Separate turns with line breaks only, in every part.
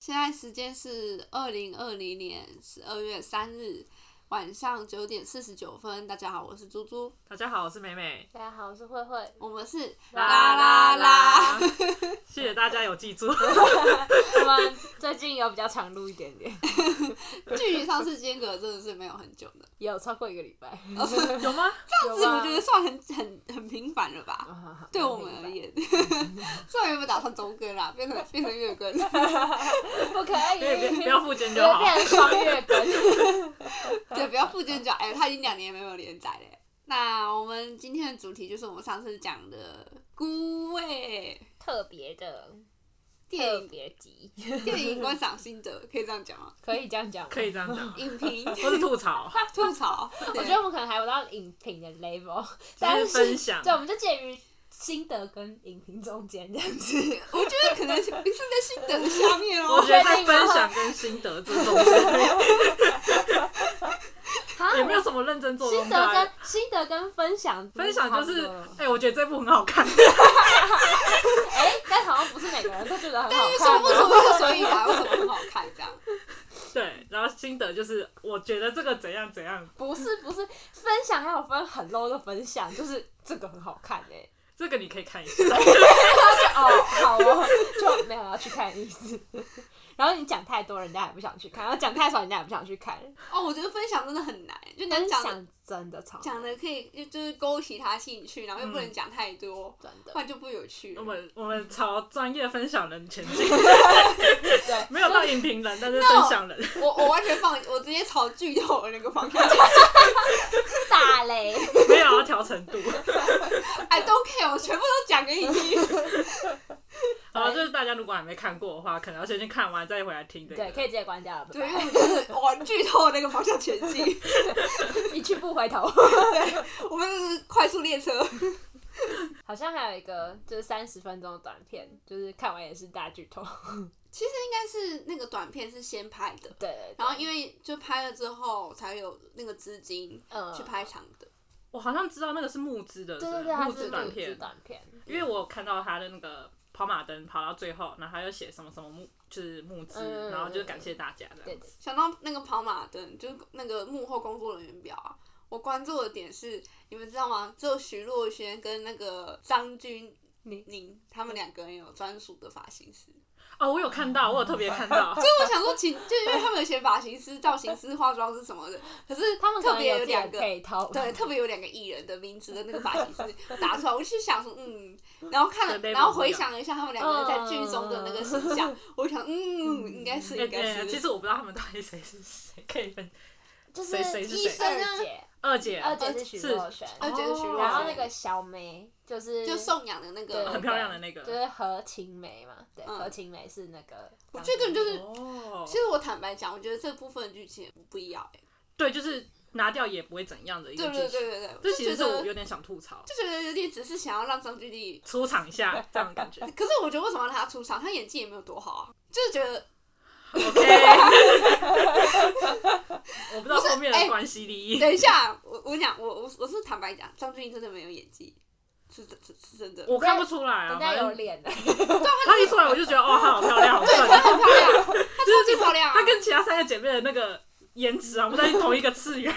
现在时间是二零二零年十二月三日晚上九点四十九分。大家好，我是猪猪，
大家好，我是美美。
大家好，我是慧 慧。
我们是
啦
啦啦，
谢谢大家有 记住，
我们最近有比较常录一点点，
距离上次间隔真的是没有很久的，
有超过一个礼 拜。
有吗？
这样子我觉得算很很很频繁了
哦
吧。对我们而言， 虽然原本打算周更啦，变成变成月更，
不可
因
以，
为不要付钱
直
就
接变
好。
成双月更。
对，不要复间脚。哎、他已经两年没有连载嘞。那我们今天的主题就是我们上次讲的孤味
特别的
电
特
影
别集，
电影观赏心得，可以这样讲吗？
可以这样讲吗？
可以这样讲，
影评
或是吐槽，
吐槽，
我
对
觉得我们可能还不到影评的 level，但
就是是分享
对，我们就介于心得跟影评中间这样子。
我觉得可能是在心得的下面
我
哦
觉。得在分享跟心得这中间
啊
也没有什么认真做东
心
西。
得跟心得跟分享
分享就是
差不多 了，
哎，我觉得这部很好看，
哎，但好像不是每个人都觉得很好
为什
看
么为什
哦。
么就所以然，啊为什么很好看这样？
对。然后心得就是我觉得这个怎样怎样，
不是不是，分享还有分很 low 的分享，就是这个很好看哎、
这个你可以看一 下。
哦，好哦，就没有要去看的意思。 然后你讲太多，人家也不想去看；然后讲太少，人家也不想去看。
哦，我觉得分享真的很难，就能
分
讲的
享真的超
讲的可以就就是勾起他兴趣，然后又不能
嗯
讲太多，
真
不
的
然就不有趣
我
了。
们我们朝专业分享人前进，
对，
没有到影评人，但是分享人。
我我完全放，我直接朝剧透的那个方向 讲。
大嘞，
没有要调程度。
I don't care，我全部都讲给你听。
然后就是大家如果还没看过的话，可能要先去看完再回来听这
对，
个。
可以直接关掉 了，
对，
拜
因为我就是往剧透的那个方向前进，
拜一去不回头。
我们就是快速列车。
好像还有一个就是三十分钟的短片，就是看完也是大剧透。
其实应该是那个短片是先拍的，
对对
然后因为就拍了之后才有那个资金
嗯
去拍长的，
我好像知道那个是募资的，
对对
是
对，它
募
是
资
录
短
制
片，
短片，
因为我有看到他的那个跑马灯跑到最后，然后他就写什么什么募，就是募资，
嗯
然后就感谢大家这
对
样。
对
想到那个跑马灯，就是那个幕后工作人员表啊。我关注的点是，你们知道吗？只有徐若瑄跟那个张钧
你
甯他们两个人有专属的发型师。
哦，我有看到，我有特别看 到，
所以我想说请，就因为他们有些发型师、造型师、化妆师什么的，可是
他们可
特
能
别
自己
两
的
个
配套，
对，特别有两个艺人的名字的那个发型师打出来，我就想说， 嗯，然后看了，
对
然后
label
回
不一样
想了一下他们两个人在剧中的那个形象，我想，嗯，应该是，
哎
应该
对，其
是。
实我不知道他们到底谁是谁，可以分
就是
谁谁是
医生
谁
二姐，
二姐，
二姐是徐
是
若瑄，
二姐是徐若瑄
然后那个小梅就是
就宋阳的那
嗯对
个
很，漂亮的那个
就是何晴梅嘛，对，
嗯
何晴梅是那个，
我觉得根本就是
哦
其，实我坦白讲，我觉得这部分的剧情也不必要、欸，
对，就是拿掉也不会怎样的一个
对对
剧情。
对对对，
这
就
其
觉
实是我
得
有点想吐槽，
就觉得有点只是想要让张钧甯，
出场一 下这样的感觉。
可是我觉得为什么要让他出场？他演技也没有多好啊，就是觉 得
OK，我不知道后面
不是哎
的关系利益。
等一下，我我讲我我我是坦白讲，张钧甯真的没有演技，是是是是真的，
我看不出来啊，
人家
反
有
正
脸的，
她一出来我就觉得哦，她好 漂亮，好
对，她
帅，
很漂 亮，啊她超级漂亮啊，
她跟其他三个姐妹的那个颜值啊，不 在同一个次元。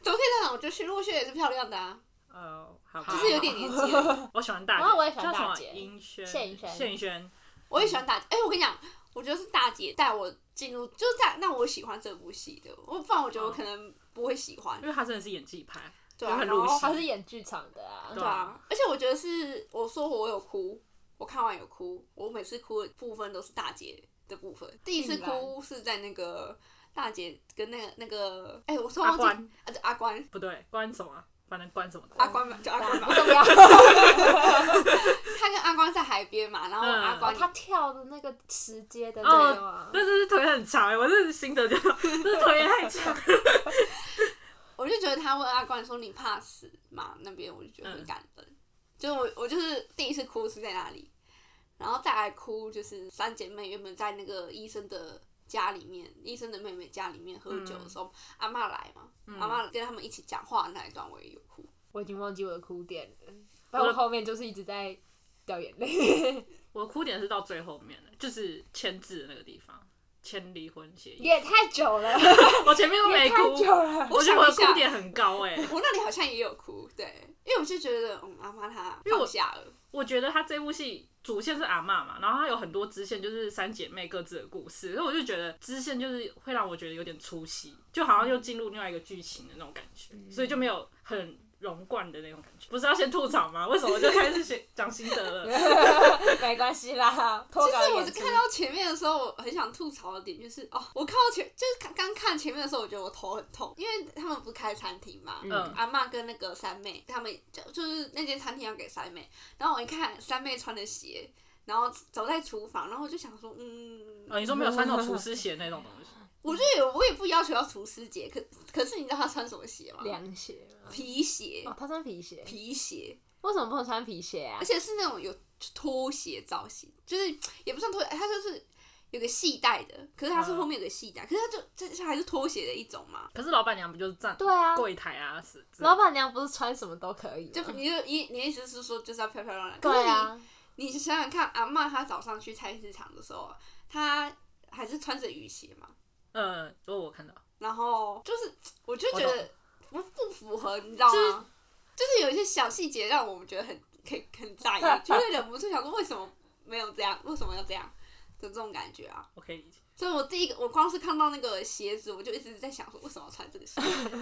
怎么可以这样？我觉得徐若瑄也是漂亮的啊，
呃，好吧，
只是有点年纪而已。
我喜欢大
然后我也
姐，
喜欢
叫什
大
么
姐
银轩、
谢颖轩
谢颖轩，
我也喜欢大姐，哎、我跟你讲，我觉得是大姐带我进入，就是大让我喜欢这部戏的，我不然我觉得我可能不会喜欢
因。为她真的是演技派，
对啊，
很
然
入
后
戏
她是演剧场的啊
对，啊，而且我觉得是我说我有哭，我看完有哭，我每次哭的部分都是大姐的部分，第一次
竟然
哭是在那个。大姐跟那个那个，哎、我突然
阿
忘记，
关
啊，对阿关，
不对，关什么啊？反正关什么的。
阿关吧，叫阿关吧
不。重要。
他跟阿关在海边嘛，然后
嗯
阿关
她跳的那个石阶的
哦
那个啊嘛，
但是腿很长哎、我是心得就， 就是腿也太长。
我就觉得他问阿关说你怕死吗？那边我就觉得很感人，就我我就是第一次哭是在那里，然后再来哭就是三姐妹原本在那个医生的家里面，医生的妹妹家里面喝酒的时候，阿嬷来嘛，
嗯
阿嬷跟他们一起讲话的那一段我也有哭，
我已经忘记我的哭点了。反正我后面就是一直在掉眼泪。
我的哭点是到最后面的，就是签字的那个地方，签离婚协议，
也太 久了，
我前面都没
也太
哭
久，了。
我觉得我的哭点很高哎、
我那里好像也有哭，对，因为我就觉得，嗯，阿妈她
因为我
放下了，
我觉得他这部戏主线是阿嬷嘛，然后他有很多支线，就是三姐妹各自的故事，所以我就觉得支线就是会让我觉得有点出戏，就好像又进入另外一个剧情的那种感觉，所以就没有很融贯的那种感觉。不是要先吐槽吗？为什么就开始写讲心得了？
没关系啦，脱
其
稿
实我
演
是
出
看到前面的时候，我很想吐槽的点就是，哦，我看到前就是刚刚看前面的时候，我觉得我头很痛，因为他们不是开餐厅嘛，
嗯
阿嬷跟那个三妹，他们就就是那间餐厅要给三妹，然后我一看三妹穿的鞋，然后走在厨房，然后我就想说，嗯，
呃，你说没有穿那种厨师鞋那种东西，
我就也我也不要求要厨师节，可可是你知道她穿什么鞋吗？
凉鞋吗
皮鞋
哦，，他穿皮鞋，
皮鞋，
为什么不能穿皮鞋 啊
而？且是那种有拖鞋造型，就是也不算拖鞋，它就是有个系带的，可是它是
嗯
后面有个系带，可是它就这这还是拖鞋的一种嘛。
可是老板娘不就是站
对啊，
柜台啊？是之类的
老板娘不是穿什么都可以吗？
就
嗯
你就你你的意思是说就是要漂漂亮亮，可是
对
你、
啊，
你想想看，阿嬷她早上去菜市场的时候，啊她还是穿着雨鞋嘛，
嗯，如果我看到，
然后就是我就觉
我
得不不符合，你知道
就是
吗？就是有一些小细节让我们觉得很很很在意，就会忍不住想说为什么没有这样，为什么要这样的这种感觉啊。
我可以理解。
所以我第一个，我光是看到那个鞋子，我就一直在想说，为什么要穿这个 鞋？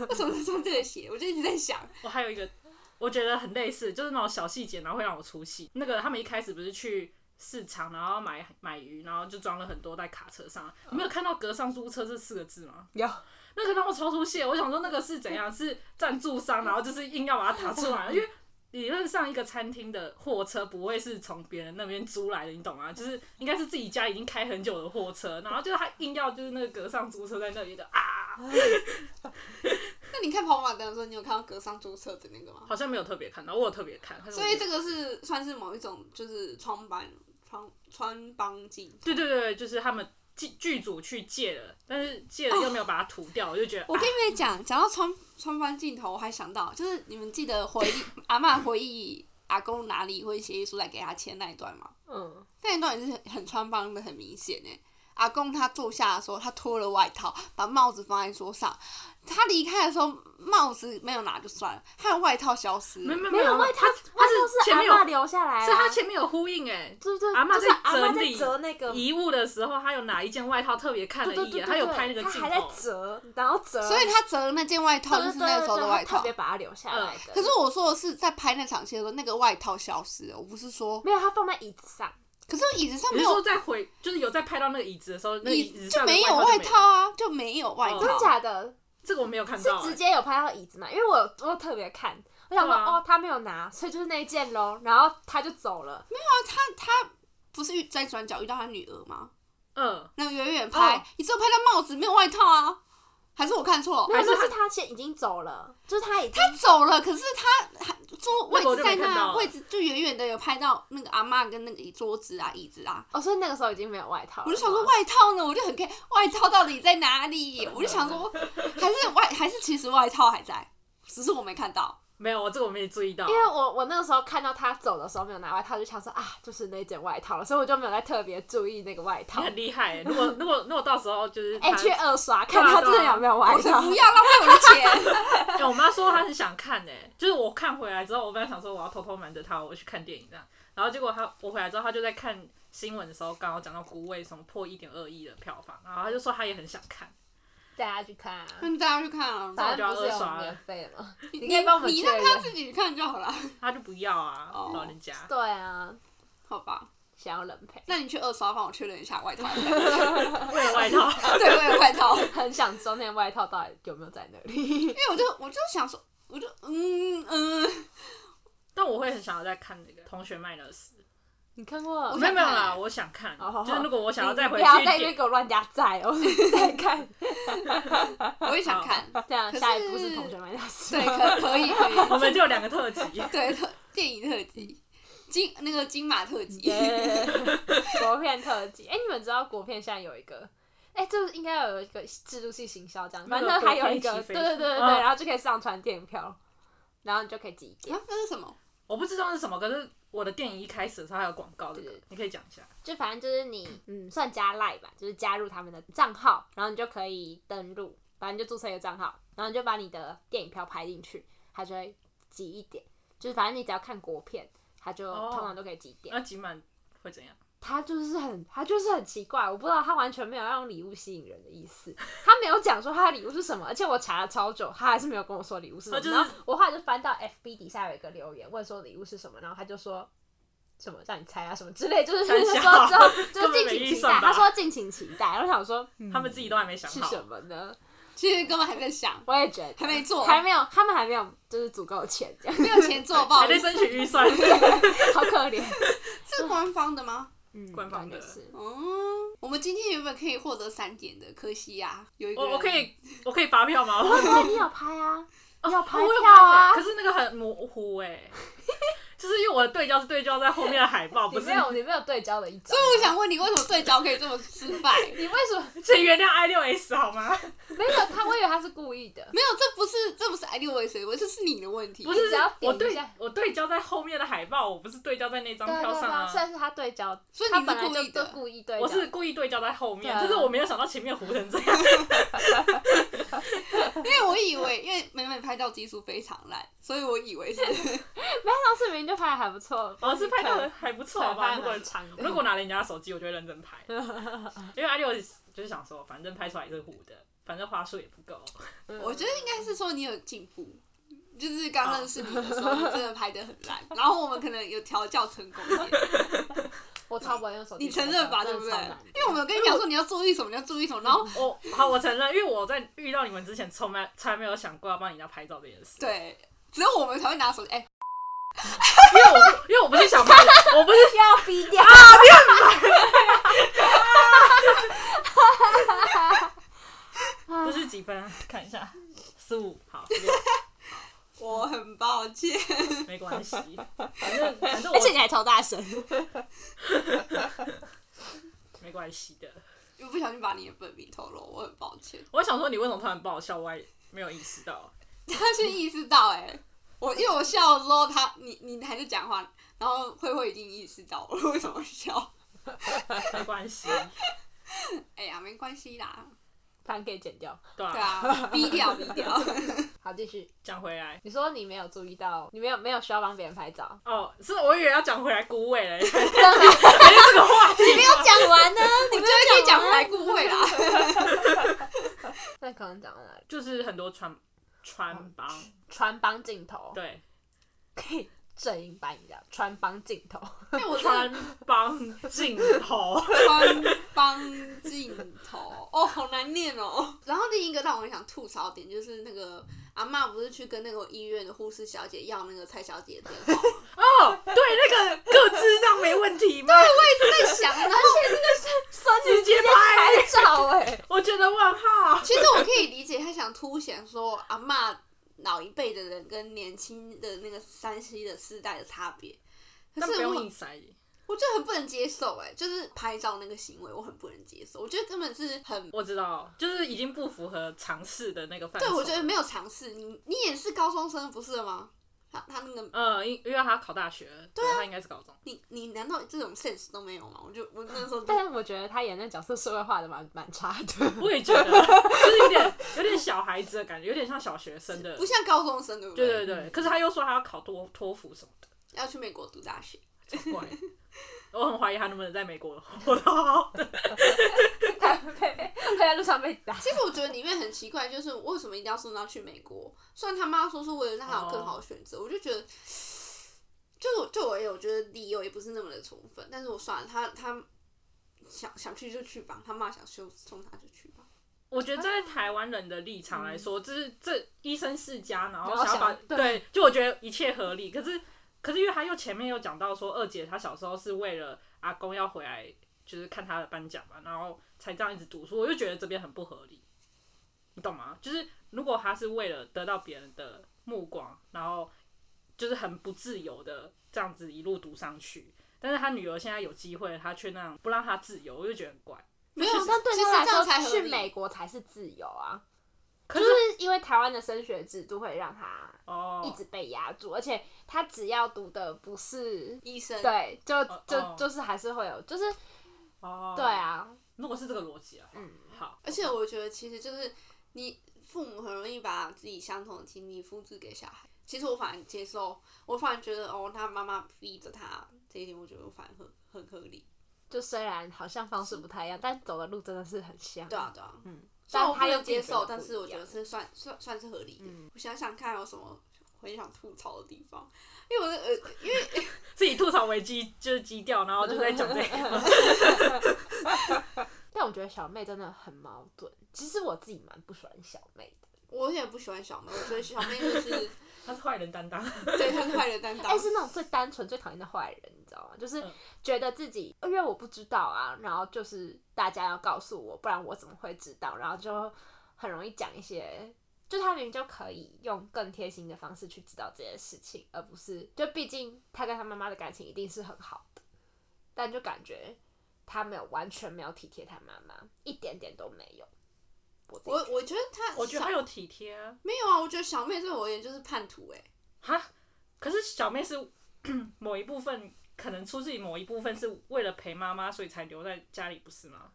为什么要穿这个鞋？我就一直在想，
我还有一个，我觉得很类似，就是那种小细节，然后会让我出戏。那个他们一开始不是去市场，然后买买鱼，然后就装了很多在卡车上。你没有看到“格上租车”这四个字吗？
有
那个让我超出戏，我想说那个是怎样？是赞助商，然后就是硬要把它打出来，因为。理论上，一个餐厅的货车不会是从别人那边租来的，你懂吗？就是应该是自己家已经开很久的货车，然后就是他硬要就是那个格上租车在那里的啊，
那你看跑马灯的时候，你有看到格上注册的那个吗？
好像没有特别看到，我有特别看，但是我
所以
没
这个是算是某一种就是穿帮穿穿帮镜。
对对对，就是他们剧剧组去借了，但是借了又没有把它涂掉，我就觉得
我
啊
跟你们讲，讲到穿穿帮镜头，我还想到，就是你们记得回忆阿嬷回忆阿公拿离婚协议书来给他签那一段吗？
嗯，
那一段也是很很穿帮的，很明显哎。阿公他坐下的时候，他脱了外套，把帽子放在桌上。他离开的时候，帽子没有拿就算了，他的外套消失了。
没有
没
没
有
有，
外套，
他
外套是
前
阿
面有
嬷留下来
是
的啊，
他前面有呼应哎，
对对，
阿嬷
就是
在
阿嬷
整
在
理
折那个
遗物的时候他有哪一件外套特别看了
对对
一
对，
眼，他有
对
拍那个
他
镜
还在
头，
折，然后折，
所以他折的那件外套就
对对
是
对
那个时候的
对
外
他
套
特。别把它留下
嗯
来的。
可是我说的是，在拍那场戏的时候，那个外套消失了。我不是说，
没有，他放在椅子上，
可是椅子上
你
没
是说
有
在回就是有在拍到那个椅子的时候，那个椅
椅
子
就
上的
没有
外
外
就没
套啊，就没有外套。
哦
啊
真的假的？
这个我没有看
是
到
直
欸，
接有拍到椅子嘛？因为我有我有特别看，我想说、
对啊
哦，他没有拿，所以就是那一件咯。然后他就走了，
不是遇在转角遇到他女儿吗？
嗯，
那个远远拍，你只有拍到帽子，没有外套啊？还是我看错？
没有，
还是
那是他先已经走了，就是他已经
他走了，可是他还桌
那
位
个我
置
就
在
没看到
那，
了
位置就远远的有拍到那个阿嬷跟那个桌子啊、椅子啊。
哦，所以那个时候已经没有外套了。啊
我就想说外套呢，我就很 care 外套到底在哪里？我就想说，还是外还是其实外套还在，只是我没看到。
没有，我这个我没注意到
因，为我我那个时候看到他走的时候没有拿外套，就想说啊，就是那件外套了，所以我就没有再特别注意那个外套
你。很厉害欸，如果如果如果到时候就是
哎、
他
去二刷
对啊
看他真的有没有外
我说
套。
不要浪费我的钱。
欸我妈说她很想看呢、就是我看回来之后，我本来想说我要偷偷瞒着她，我去看电影这样，然后结果她我回来之后，她就在看新闻的时候，刚好讲到《孤味》什么破一点二亿的票房，然后她就说她也很想看，
大家去看、 啊
那大家去看 啊，
反正不是有免
费的吗？
你
你可以帮我们
你
确
让
认
他自己去看就好了，
她就不要啊，
哦
老人家。
对啊，
好吧？
想要人陪，
那你去二刷帮我确认一下外套，
为了外套，
对，我有外套。
很想知道那件外套到底有没有在那里。
因为我就我就想说，我就嗯嗯，
但我会很想要再看那个《同学麦乐斯
你哦看过》，
我
没
想看
有没有啦，我想看，
哦好好
就是如果我想要再回
你不要再
去
那
点，
给我乱加载哦，我再 看。
我也想看，
这样
可是
下一步是同学们要
对，可可以可以，
我们就有两个特辑，
对， 特电影特辑，金那个金马特辑，
耶，国片特辑。哎、你们知道国片现在有一个，哎、这应该有一个制度性行销这样，
那
反
个
正还有一
国片
个，
起飞
对对对对对，
嗯
然后就可以上传电影票，然后你就可以集 点。
啊，那是什么？
我不知道是什么，可是我的电影一开始的时候还有广告这个
对，
你可以讲一下。
就反正就是你，嗯，算加赖吧，就是加入他们的账号，然后你就可以登录，反正就注册一个账号，然后你就把你的电影票排进去，它就会集一点，就是反正你只要看国片，它就
哦
通常都可以集点。
那集满会怎样？
它就是很，它就是很奇怪，我不知道它完全没有让礼物吸引人的意思， 它没有讲说它的礼物是什么，而且我查了超久，它还是没有跟我说礼物是什么。
哦就是
然后我后来就翻到 FB 底下有一个留言问说礼物是什么，然后他就说。什么让你猜啊什么之类，就是
三
说
小
之 后就
根本
是
没
敬请
预
期
算
待。
吧
他说敬请期待，然后想说、嗯
他们自己都还没想
是
好。
什么呢？
其实根本还在想，
我也觉得
还没做
还没有，他们还没有就是足够的钱，这样
没有钱 做，不好
还
意
在
思，
争取预算，
好 可怜。
是官方的吗？
嗯，
官方的
感觉是
嗯，我们今天原本可以获得三点的，可惜呀、有一个
我
人
我可
啊
以我可以发票 吗？
哎你有拍啊，你有拍
我有
票啊
发可？是那个很模糊哎、 就是因为我的对焦是对焦在后面的海哦报，不
你
是
没。有，你没有对焦的一
所。
张
以我想问你，为什么对焦可以这么失败？
你为什么
请原谅 i 六 s 好吗？
没有他？我以为他是故意的。
没有，这不是这不是 ID 我也谁问，这是你的问题。
不是
只要，
我
点
对
一下
我对焦在后面的海报，我不是对焦在那张票上啊。
虽然是他对焦，
所以
他
你是
本来
故意
就
的
都故意对焦。
我是故意对焦在后面，
对啊
就是我没有想到前面糊成这 样。
因为我以为，因为美美拍照技术非常烂，所以我以 为是
没有上次明明就拍的还不
哦
错，
我哦是拍的很还不错
腿
吧？
拍
如
得
果
蛮长 的。
如果拿了人家的手机，我就会认真拍，因为 i 六就是想说，反正拍出来也是糊的，反正话术也不够。
嗯
我觉得应该是说你有进步，就是刚认识你的时候，你真的拍的很烂， 然后我们可能有调教成功一点。
我超不会用手机，
你承认吧，对
真
不
的
对
超难？
因为我们有跟你讲说你要注意什么，你要注意什么，然后
我好，我承认，因为我在遇到你们之前，从来从来没有想过要帮人家拍照这件 事。
对，只有我们才会拿手机。哎、
因为我不，因为我不是想拍，我不是
要 逼掉。
不是几分啊，看一下，十五，好，
我很抱歉，
六没关系，反正反正
而且
我
你还超大声，
没关系的。
又不小心把你的本名透露，我很抱歉。
我想说，你为什么突然爆笑？我还没有意识到。
他是意识到哎、我因为我笑的时候，他你你还在讲话，然后慧慧已经意识到我为什么笑。
没关系，
哎呀，没关系啦，
反正可以剪掉。
对
对
啊。
啊，逼掉逼掉。
好，继续。
讲回来，
你说你没有注意到，你没有没有需要帮别人拍照，
哦，是我以为要讲回来孤味嘞，
真的？
还是这个话题。
没有讲完呢，
我觉得可以讲回来顾会啦。
那可能讲到哪里？
就是很多穿穿帮，
穿帮镜头，
对，
可以正音版一下，穿帮镜头，
因为我真
穿
的
帮镜头，
穿帮镜头哦，好难念哦。然后另一个让我很想吐槽的点就是那个阿嬷不是去跟那个医院的护士小姐要那个蔡小姐的电话吗，
哦，对，那个各智障没问题吗？
在想， 然后
算
直接拍，
拍照哎、
我觉得问号。
其实我可以理解，他想凸显说阿嬷老一辈的人跟年轻的那个山西的世代的差别。可
但不
是我
用硬塞，
我就很不能接受哎、就是拍照那个行为，我很不能接受。我觉得根本是很，
我知道，就是已经不符合尝试的那个范畴。
对我觉得没有尝试。你你也是高中生不是吗？他他那个
嗯，因因为他考大学，对、
啊
他应该是高中。
你你难道这种 sense 都没有吗？我就我那时候就
但是我觉得他演那角色社会化的蛮蛮差的，
我也觉得，就是有点有点小孩子的感觉，有点像小学生的
不。像高中生，对不
对对对，可是他又说他要考托托福什么的，
要去美国读大学，
超怪。我很怀疑他能不能在美国活得好好的。
他被他在路上被 打，
其实我觉得里面很奇怪，就是为什么一定要送他去美国？虽然他妈说是为了让他有
哦
更好的选择，我就觉得，就就我也有觉得理由也不是那么的充分，但是我算了，他他想想去就去吧，他妈想送送他就去吧。
我觉得
啊
在台湾人的立场来说，就是这医生世家，然后
然后
想要把
嗯想对
对，就我觉得一切合理。可是可是因为他又前面又讲到说，二姐她小时候是为了阿公要回来，就是看他的颁奖嘛，然后才这样一直读书，我就觉得这边很不合理，你懂吗？就是如果他是为了得到别人的目光，然后就是很不自由的这样子一路读上去，但是他女儿现在有机会，他却那样不让她自由，我就觉得很怪。
没有，
哦但对
其实
他
这样
来
才
说
合
去
理
美国才是自由啊。
可
就是是因为台湾的升学制度会让他
哦，
一直被压住，而且他只要读的不是。
医生，
对，就
哦哦
就就是还是会有，就是
哦，
对，啊，
如果是这个逻辑啊，
嗯
好，
而且我觉得其实就是你父母很容易把自己相同的经历复制给小孩。其实我反而接受，我反而觉得哦，他妈妈逼着他这一点，我觉得我反而很很合理。
就虽然好像方式不太一样，但走的路真的是很像。
对啊，对啊。
嗯，
虽然我
但他
不
又
能接
自己觉
受，
得不
但是我
一
觉
样
得是算算算是合理的。
嗯
我想想看有什么很想吐槽的地方，因为我的呃，因为
自己吐槽为基就是基调，然后就在讲这个，
但我觉得小妹真的很矛盾。其实我自己蛮不喜欢小妹的，
我也不喜欢小妹，我觉得小妹就是
他是坏人担当，
对她是坏人担当。
哎、是那种最单纯、最讨厌的坏人，你知道吗？就是
嗯
觉得自己呃因为我不知道啊，然后就是大家要告诉我，不然我怎么会知道？然后就很容易讲一些，就他明明就可以用更贴心的方式去知道这件事情，而不是就毕竟他跟他妈妈的感情一定是很好的，但就感觉他没有完全没有体贴他妈妈，一点点都没有。我自己
我我觉得她，
我觉得
小
他有体贴啊，
没有啊，我觉得小妹对我而言就是叛徒哎、
哈，可是小妹是 某一部分，可能出自于某一部分是为了陪妈妈，所以才留在家里，不是吗？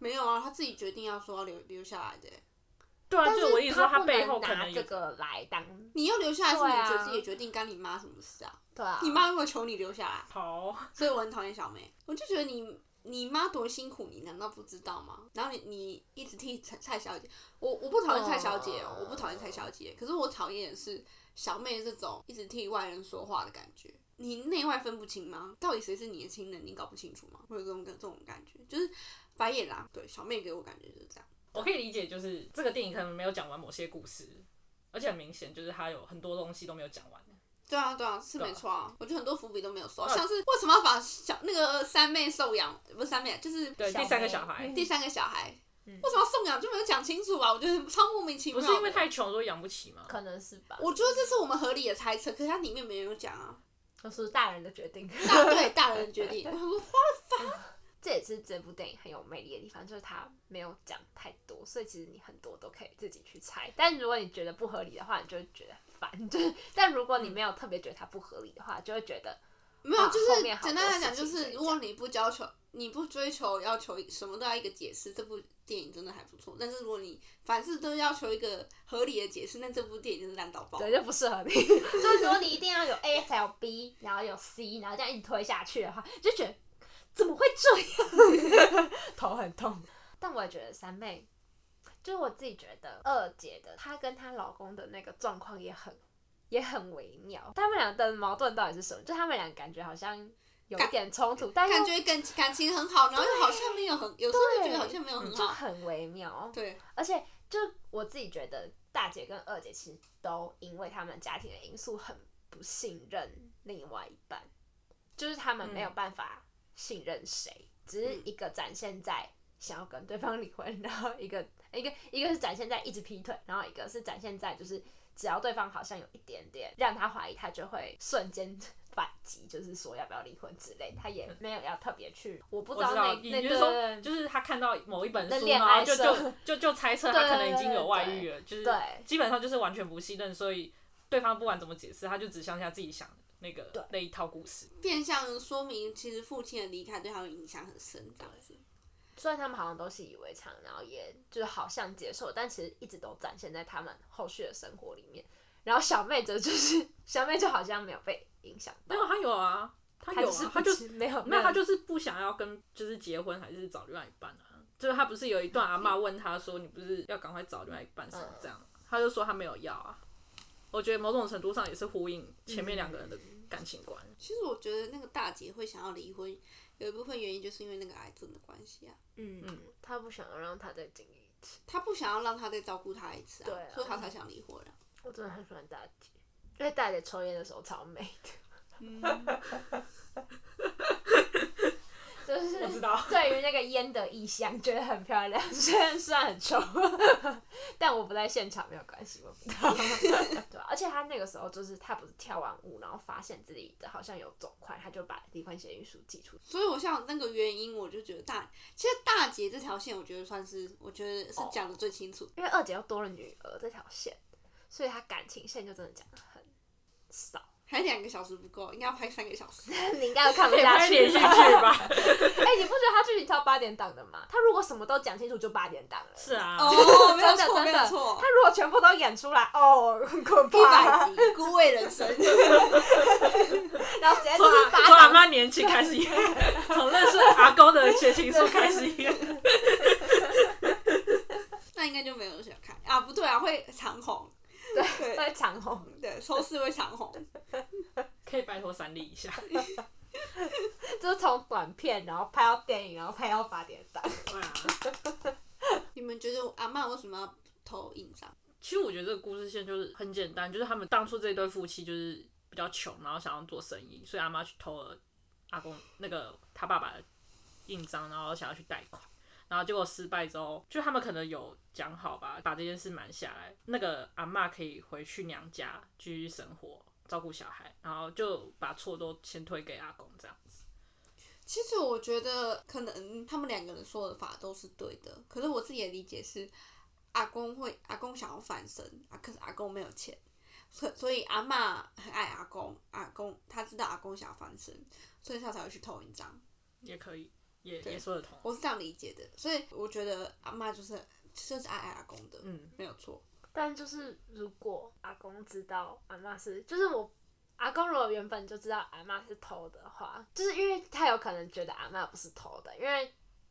没有啊，她自己决定要说要留留下来的欸、
对啊，
但
就是我意思说，
他
她
不
背
能
后可
拿
能
这
有，
个来当
你要留下来是
对
你
啊
自己的决定，干你妈什么事啊？
对啊，
你妈如果求你留下来，
好，
所以我很讨厌小妹，我就觉得你。你妈多辛苦，你难道不知道吗？然后你你一直替蔡蔡小姐，我我不讨厌蔡小姐、哦，
哦
我不讨厌蔡小姐，可是我讨厌的是小妹这种一直替外人说话的感觉。你内外分不清吗？到底谁是你的亲人，你搞不清楚吗？会有这种这种感觉，就是白眼狼。对，小妹给我感觉就是这样。
我可以理解，就是这个电影可能没有讲完某些故事，而且很明显就是他有很多东西都没有讲完。
对啊，对啊，是
对啊
没错啊。我觉得很多伏笔都没有收，
那
像是为什么要把小那个三妹送养，不是三妹，啊就是
对，
小
第三个
妹
小孩
第三个小孩，
嗯
为什么要送养就没有讲清楚啊？我觉得超莫名其
不
妙的。
是因为太穷所以养不起吗？
可能是 吧，
我觉得这是我们合理的猜测，可是它里面没有讲 啊。
就是大人的决定。
大对大人决定，我想说
这也是这部电影很有魅力的地方，就是它没有讲太多，所以其实你很多都可以自己去猜。但如果你觉得不合理的话，你就会觉得很烦。 就是，但如果你没有特别觉得它不合理的话，就会觉得
没有，
啊
就
后
是
面好多
简单来讲，就
事情
是
可以
如果你不要求，你不追求要求什么都要一个解释，这部电影真的还不错。但是如果你凡事都要求一个合理的解释，那这部电影就是烂到爆。
对就不适合 你。就是如果你一定要有 A 才有 B，然后有 C，然后这样一直推下去的话，就觉得怎么会这样， 头很痛。但我也觉得三妹，就是我自己觉得二姐的她跟她老公的那个状况也很也很微妙，他们俩的矛盾到底是什么？就他们俩感觉好像有一
感
点冲突，但
感
是
觉感感情很好，然后又好像没有很，有时候就觉得好像没有很
就
好。
很微妙。
对，
而且就我自己觉得，大姐跟二姐其实都因为他们家庭的因素很不信任另外一半，就是他们没
嗯
有办法信任谁，只是一个展现在想要跟对方离婚，然后一个一个一个是展现在一直劈腿，然后一个是展现在就是只要对方好像有一点点让他怀疑，他就会瞬间。 反击就是说要不要离婚之类，他也没有要特别去，我不
嗯我
知道
知道，
那
你
那
就是
个
说，就是他看到某一本
那
书，
恋
然
爱
后就就
社
就就猜测他可能已经有外
对对
遇了，就是
对
基本上就是完全不信任，所以对方不管怎么解释，他就只相信他自己想的那
对
个那一套故事。
变相说明其实父亲的离开对他们影响很深，这样子。
虽然他们好像都习以为常，然后也就是好像接受，但其实一直都展现在他们后续的生活里面。然后小妹则就是小妹就好像没有被影响
没
到，
有，他有啊，他
她
有
是
啊，
不
他就
知没有
那他就是不想要跟就是结婚还是找另外一半啊？就是他不是有一段阿嬷问他说你不是要赶快找另外一半
嗯
什么这样，他就说他没有要啊。我觉得某种程度上也是呼应前面两个人的
嗯
感情观。
其实我觉得那个大姐会想要离婚，有一部分原因就是因为那个癌症的关系啊，
嗯嗯，他不想要让他再经历一次。
她不想要让他再照顾她一次啊，
对啊
所以她才想离婚啊。
我真的很喜欢大姐，因为大姐
嗯
抽烟的时候超美的，就是
我知道
对于那个烟的意象，觉得很漂亮， 虽然虽然很丑， 但我不在现场没有关系，我不知 道。对、啊，而且他那个时候就是他不是跳完舞，然后发现自己的好像有肿块，他就把离婚协议书寄出去。
所以我想那个原因，我就觉得大，其实大姐这条线，我觉得算是，我觉得是讲的最清楚。
因为二姐又多了女儿这条线，所以她感情线就真的讲的很 少。
还两个小时不够，应该要拍三个小时。
你应该看不
可以
下
拍连 续
去
剧吧？
哎、你不觉得他剧情超八点档的吗？他如果什么都讲清楚，就八点档了。
是啊，
哦，没有
真的
错，没
真
有
的，
错
他，如果全部都演出来，哦，很可
一百
怕。
集孤味人生。
然后直 接就
从
是
阿
八
从阿
场
妈年轻开始演，从认识阿公的写情书开始演。
那应该就没有人想看啊，不对啊，会长红，
都在长红，
对，收视会长红。
可以拜托三立一下，
就是从短片，然后拍到电影，然后拍到八点档。
对啊。
你们觉得阿曼为什么要投印章？
其实我觉得这个故事线就是很简单，就是他们当初这对夫妻就是比较穷，然后想要做生意，所以阿妈去偷了阿公那个他爸爸的印章，然后想要去贷款，然后结果失败之后，就他们可能有讲好吧，把这件事瞒下来，那个阿妈可以回去娘家继续生活，照顾小孩，然后就把错都先推给阿公这样子。
其实我觉得可能他们两个人说的法都是对的，可是我自己的理解是，阿公会阿公想要翻身啊，可是阿公没有钱，所所以阿嬷很爱阿公，阿公他知道阿公想要翻身，所以他才会去偷印章。
也可以，也
对
也说得通。
我是这样理解的，所以我觉得阿嬷就是就是爱爱阿公的，
嗯，
没有错。
但就是如果阿公知道阿妈是，就是我阿公如果原本就知道阿妈是偷的话，就是因为他有可能觉得阿妈不是偷的，因为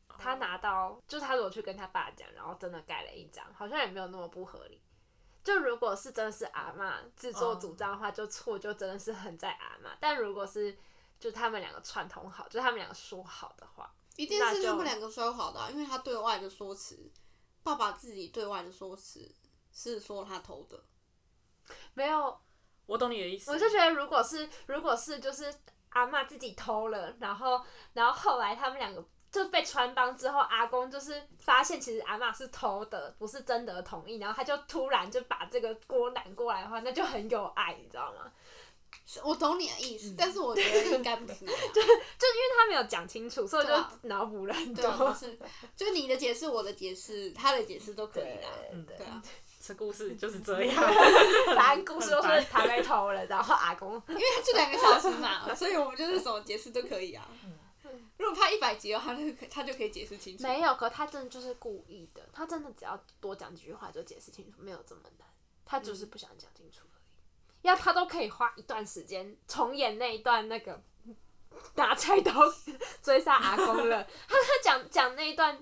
哦
他拿到，就是他如果去跟他爸讲，然后真的盖了一张，好像也没有那么不合理。就如果是真的是阿妈自
哦
作主张的话，就错就真的是很在阿妈。但如果是就他们两个串通好，就他们两个说好的话，
一定
那
是
就
他们两个说好的啊、因为他对外的说辞，爸爸自己对外的说辞是说他偷的，
没有
我懂你的意思。
我就觉得，如果是如果是就是阿嬷自己偷了，然后然后后来他们两个就被穿帮之后，阿公就是发现其实阿嬷是偷的，不是真的同意，然后他就突然就把这个锅揽过来的话，那就很有爱，你知道吗？
是我懂你的意思，但是 我觉得应该不是啊那样。
嗯就因为他没有讲清楚，所以我
对啊
就脑补了很
对啊，不
多。
是，就你的解释、我的解释、他的解释都可以啦。
对对
对啊，
这故 事就是这样。
反正故事都
很
是
烦
他被偷了，然后阿公
因为就两个小时嘛，所以我们就是什么解释都可以啊。如果拍一百集的话，他就可以他就可以解释清楚。
嗯没有，可他真的就是故意的，他真的只要多讲几句话就解释清楚，没有这么难，他就是不想讲清楚而已。要他都可以花一段时间重演那一段那个 拿菜刀 追杀阿公 了，他他讲讲那一段，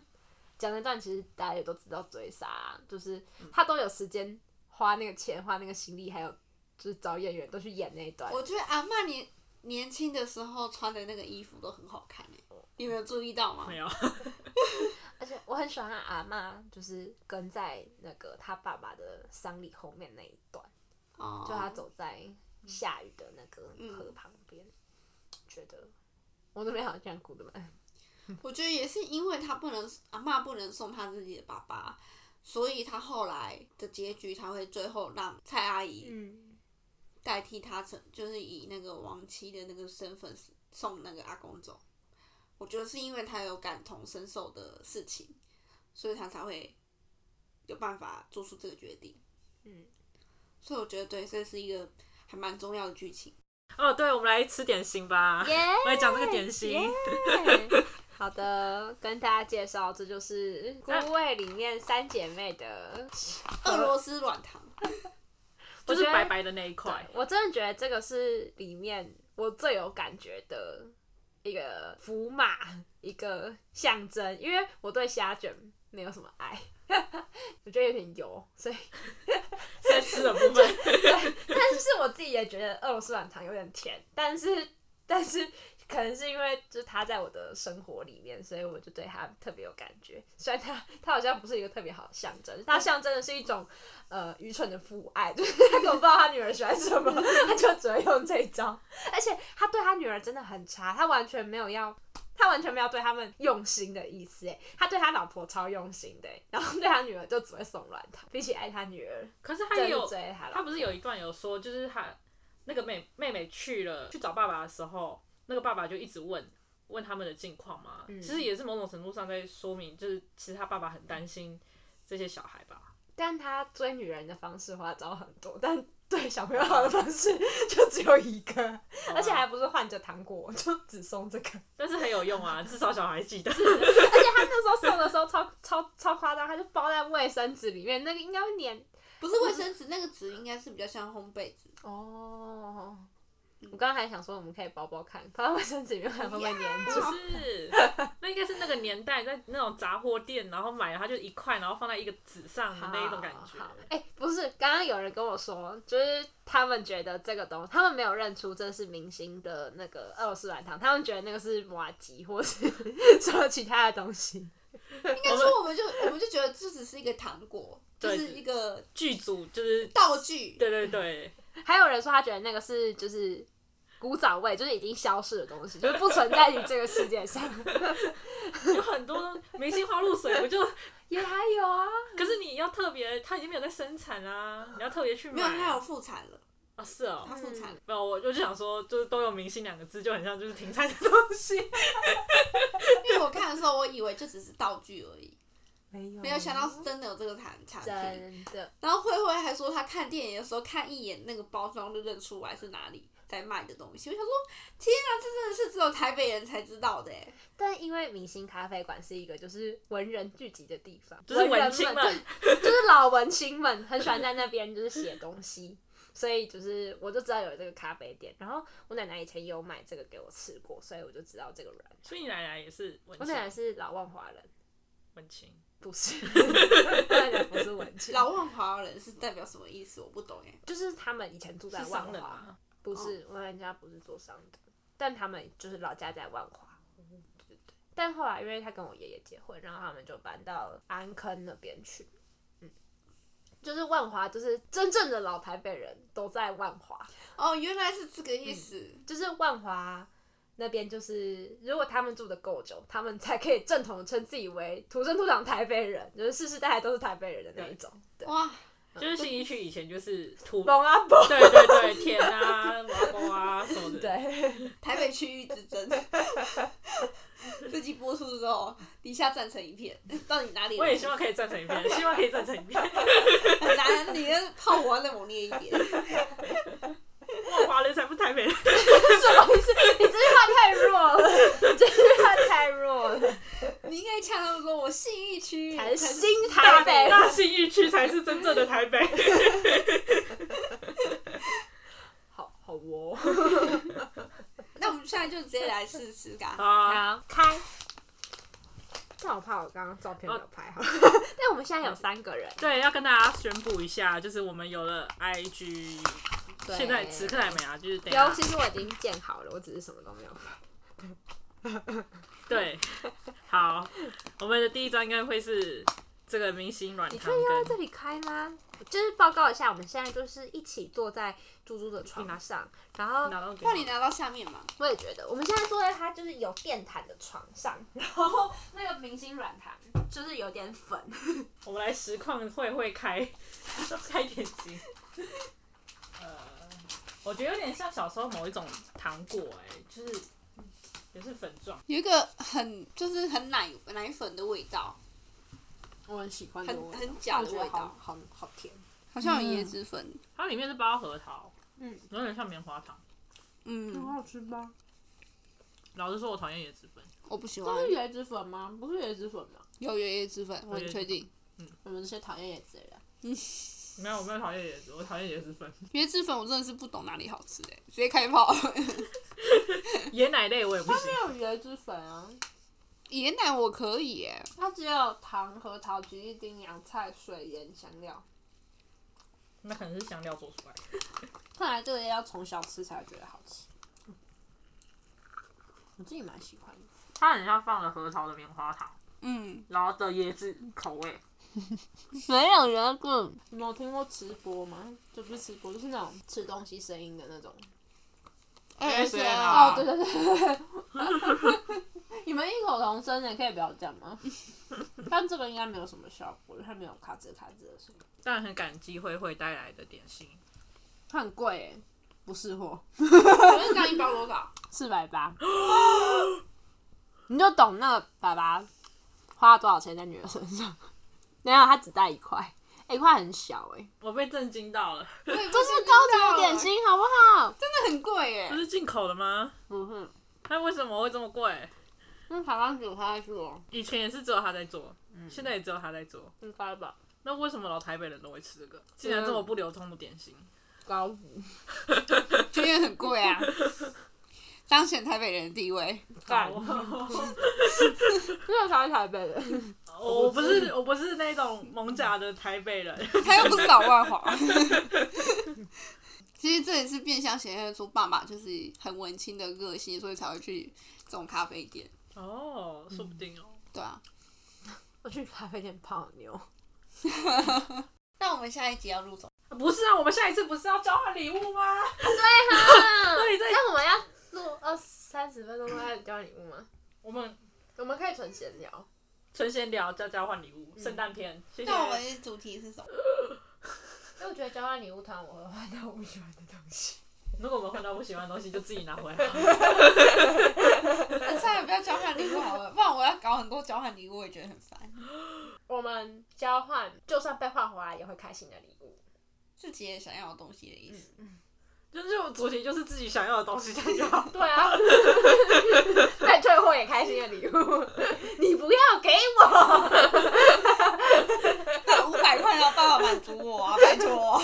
讲那段其实大家也都知道追杀啊、就是他都有时间花那个钱花那个心力，还有就是找演员都去演那一段。
我觉得阿曼年年轻的时候穿的那个衣服都很好看诶、你没有注意到吗
没？有，
而且我很喜欢他阿妈，就是跟在那个他爸爸的丧礼后面那一段。
哦，
就他走在下雨的那个河旁边，觉得我那边好像哭的蛮。
我觉得也是因为他不能阿妈不能送他自己的爸爸，所以他后来的结局才会最后让蔡阿姨
嗯，
代替他成，就是以那个亡妻的那个身份送那个阿公走。我觉得是因为他有感同身受的事情，所以他才会有办法做出这个决定。
嗯，
所以我觉得对，这是一个还蛮重要的剧情。
哦，对，我们来吃点心吧。
耶、
我来讲这个点心。
耶好的，跟大家介绍，这就是《孤味》里面三姐妹的，
俄罗斯软糖，
我
就
觉
是
得
白白的那一块
对。我真的觉得这个是里面我最有感觉的一个符码，一个象征，因为我对虾卷没有什么爱， 我觉得有点油，所以
在吃的部 分，
但是我自己也觉得俄罗斯软糖有点甜，但是但是可能是因为就是它在我的生活里面，所以我就对它特别有感觉。虽然它它好像不是一个特别好的象征，它象征的是一种呃愚蠢的父爱，就是他根本不知道他女儿喜欢什么， 他就只会用这一招。而且他对他女儿真的很差，他完全没有要他完全没有对他们用心的意思，哎，他对他老婆超用心的，欸然后对他女儿就只会送软糖，比起爱他女儿，
可是他
真
也
的
有
是，追他老婆。
他不是有一段有说，就是他那个妹妹妹去了去找爸爸的时候，那个爸爸就一直问问他们的近况嘛，
嗯
其实也是某种程度上在说明，就是其实他爸爸很担心这些小孩吧。
但他追女人的方式花招很多，但对小朋友好的方式就只有一 个，而且还不是换着糖果，就只送这个。
哦但是很有用啊，至少小孩记得。
而且他那时候送的时候超超超夸张，他就包在卫生纸里面，那个应该会粘。
不是卫生纸，那个纸应该是比较像烘焙纸。
哦，我刚刚还想说我们可以包包看，包在卫生纸里面看会不会粘 住。
不是，那应该是那个年代在那种杂货店，然后买了它就一块，然后放在一个纸上的那一种感觉
好。好哎、不是，刚刚有人跟我说，就是他们觉得这个东西，他们没有认出这是明星的那个呃俄罗斯软糖，他们觉得那个是马吉或是什么其他的东西。
应该说我们就我们就觉得这只是一个糖果，就
对
是一个
剧组就是，
道具。
对对对，
还有人说他觉得那个是就是古早味，就是已经消逝的东西，就是不存在于这个世界 上。
有很多明星花露水，我就
也还有啊，
可是你要特别，它已经没有在生产啦、你要特别去买。
没有，它有复产了，
啊，是哦
它，复产了。
没有，我就想说，就是都有明星两个字，就很像就是停产的东 西。嗯
因为我看的时候，我以为就只是道具而已，
没有
没有想到是真的有这个产产品。
真的。
然后慧慧还说，她看电影的时候看一眼那个包装就认出来是哪里在卖的东西。我想说，天啊，这真的是只有台北人才知道的哎。
但因为明星咖啡馆是一个就是文人聚集的地方，
就是文
文
青
人
们
们，对就是老文青们很喜欢在那边就是写东西， 所以就是我就知道有这个咖啡店。然后我奶奶以前有买这个给我吃过，所以我就知道这个软。
所以你奶奶也是文
我奶奶
青，
是老万华人，
文青。
不是，我奶奶不是文青，
老万华人是代表什么意思？我不懂哎。
就是他们以前住在
是
万
商人
华，
啊，
不是，我人家不是做商的，但他们就是老家在万华。对对对但后来因为他跟我爷爷结婚，然后他们就搬到安坑那边去。嗯，就是万华，就是真正的老台北人都在万华，
哦，原来是这个意思。
就是万华那边，就是如果他们住的够久，他们才可以正统地称自己为土生土长台北人，就是世世代代都是台北人的那一种。对，
哇，
就是信义区以前就是 土，
蒙阿伯，
对对对，田啊、麻包啊什么的。
对。
台北区域之争。 这集播出之后，底下站成一片，到底哪里人？
我 也希望可以站成一片，希望可以站成一 片。
很难，你的炮火要再猛烈一点。
万华人才不台北人，
什么意思？你这句话太弱了， 你这句话太弱了，
你应该呛他们说，我信义区
才是新
大
台北人。
大信义区才是真正的台 北。
好好 哦，
那我们现在就直接来试试看。
啊，
好开。但我怕我刚刚照片没有拍好，哦 但我们现在有三个人，
对，要跟大家宣布一下，就是我们有了 IG，
对
现在此刻还没啊，就是等一下
有，其实我已经建好了，我只是什么都没有发。
对，好，我们的第一张应该会是这个明星软
你确
糖
定要在这
跟
里开吗？就是报告一下，我们现在就是一起坐在猪猪的床上，然后
拿到给
那你
你，
拿到下面嘛？
我也觉得，我们现在坐在它就是有电毯的床上，然后那个明星软糖就是有点粉，
我们来实况会会 开，开一点心。呃，我觉得有点像小时候某一种糖果、哎，就是也是粉状，
有一个很就是很奶奶粉的味道，
我很喜欢
很很假的味道，
好好甜。
好像有椰子粉。
它里面是包核桃，
嗯，
有点像棉花糖。
嗯，
好吃吧？
老实说，我讨厌椰子粉，
我不喜
这
啊
欢。
是椰子粉吗？不是椰子粉吗？
有有椰子粉，我很确定。
我们这些讨厌椰子的人，
没有，我没有讨厌椰子，我讨厌椰子粉。
椰子粉我真的是不懂哪里好吃哎、直接开炮。
椰奶类我也不行。
没有椰子粉啊，
椰奶我可以哎、
它只有糖、核桃、橘一丁、洋菜、水、盐、香料。
那可能是香料做出来的。
看来这个要从小吃才会觉得好吃。我自己蛮喜欢的，
它很像放了核桃的棉花糖，
嗯，
然后的椰子口味。
没有人滚。
你们有听过吃播吗？就不是吃播，就是那种吃东西声音的那种。
哎
哎 ASMR
啊
哦，对对对， 你们异口同声的，可以不要这样吗？ 但这个应该没有什么效果，因为它没有咔吱咔吱的声音。
但很感激慧慧带来的点心，
它很贵耶，不是货，
我就这样一包多少？
四百八。 你就懂那个爸爸花了多少钱在女儿身上？ 没有，他只带一块，欸一块很小哎，
我被震惊到了。
这
这是高级的点，心好不好？
真的很贵耶
这！是进口的吗？
不是，
那为什么会这么贵？
那台湾只有他在做，
以前也是只有他在做，
嗯
现在也只有他在做。
嗯
应该吧？
那为什么老台北人都会吃这个？竟
啊
然这么不流通的点心，
高级，
就因为很贵啊，彰显台北人的地位。
干
我
啊这个才是台北人。
哦我不是我不是那种蒙甲的台北人，
他又不是老外华。其实这也是变相显现出爸爸就是很文青的个性，所以才会去这种咖啡店，
哦，说不定哦。
对啊。
我去咖啡店泡妞，
那我们下一集要录什么？
不是啊，我们下一次不是要交换礼物吗？
啊
那
对，在
那我们要录二三十分钟都在交换礼物吗？
我们
我们可以纯闲聊。
纯闲聊交交换礼物，圣诞篇，谢谢。
那我们的主题是什么？
因为我觉得交换礼物团我会换到我不喜欢的东西。
如果我们换到不喜欢的东西，就自己拿回来。
算了，不要交换礼物好了，不然我要搞很多交换礼物，我也觉得很烦。
我们交换，就算被换回来也会开心的礼物。
自己也想要的东西的意思。
就是我主题就是自己想要的东西，这样就好。
对啊， 被退货也开心的礼物， 你不要给我。
那五百块让爸爸满足我啊，拜托。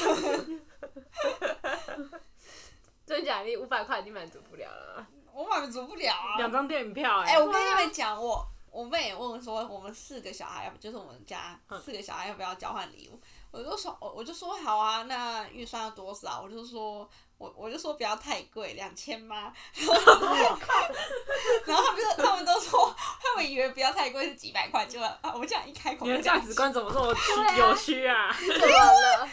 真假你五百块已经满足不了了。
我满足不了
两
啊。
张电影票、
哎、
哎、
我跟你们讲，我我妹也问我说，我们四个小孩要不，就是我们家四个小孩要不要交换礼物？我就说，我我就说好啊，那预算要多少？啊我就说。我我就说不要太贵，两千吗？ 然后他们就他们都说，他们以为不要太贵是几百块，结果啊，我这样一开口
你
就
的
讲，
价值观怎么这么
啊
有趣啊？
怎么了？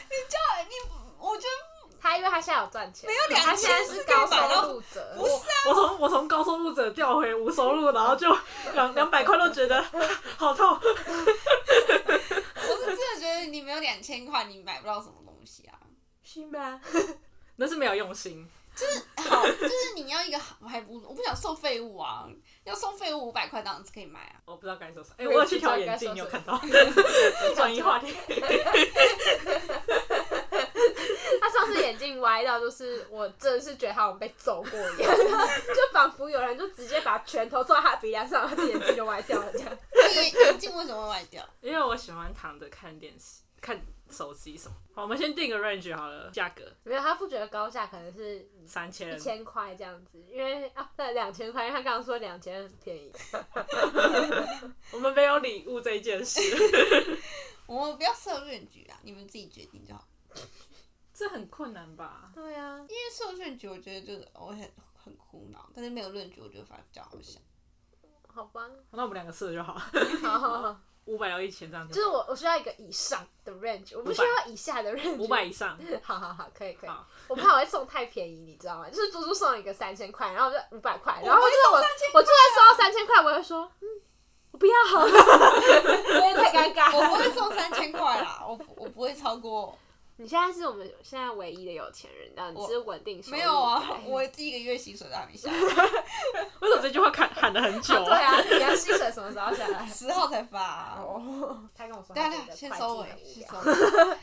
我觉得
他因为他现在有赚钱，没
有两
他现在
千
是
是可以
高
买
收
到
入者，
不是
我从我从高收入者调回无收入，然后就两两百块都觉得好痛。
我是真的觉得你没有两千块，你买不到什么东西啊。
是吗？
那是没有用心，
好，就是你要一个好，我还不我不想送废物啊，要送废物五百块当然是可以买啊。
我不知道该说啥。哎、我有去调眼 镜，你有看到？
啊
转移话题。
他上次眼镜歪到，就是我真的是觉得他好像被揍过一样，就仿佛有人就直接把拳头撞在他鼻梁上，他的眼睛就歪掉了这 样。
眼眼镜为什么会歪掉？
因为我喜欢躺着看电视、看手机什么。好，我们先定个 range 好了，价格
没有，他不觉得高下可能是
三嗯
一
千。
千块这样子，因为啊，那两千块，因为他刚刚说两千很便宜，
我们没有礼物这一件事，
我们不要设论局啊，你们自己决定就好。
这很困难吧？
对啊，
因为设论局，我觉得就是我很很苦恼，但是没有论局，我觉得反而比较好笑。
好 吧，
那我们两个试就好，
好好好，
五百到一千这样
就
子，
是我我需要一个以上的 range，我不需要以下的 range，
五百以上。
好好好，可以可以
好。
我怕我会送太便宜，你知道吗？就是猪猪送了一个三千块，然后我就五百块，然后就是我我就
啊
算收到三千块，我会说，嗯，我不要 好了，因为太尴
我不
尬。
会送三千块啦，我不我不会超过，
你现在是我们现在唯一的有钱人，然后你
我
是稳定收入
没有
仔
啊，我第一个月薪水都还没下来，？
为什么这句话喊喊了很久
对啊，你要薪水什么时候下来
十号才发、啊。
他跟我说
对
他
啊，对啊
觉得会计
先
很
收
无
尾
聊，
先收尾。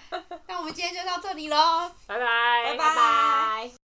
那我们今天就到这里喽。
拜拜
拜
哎拜拜。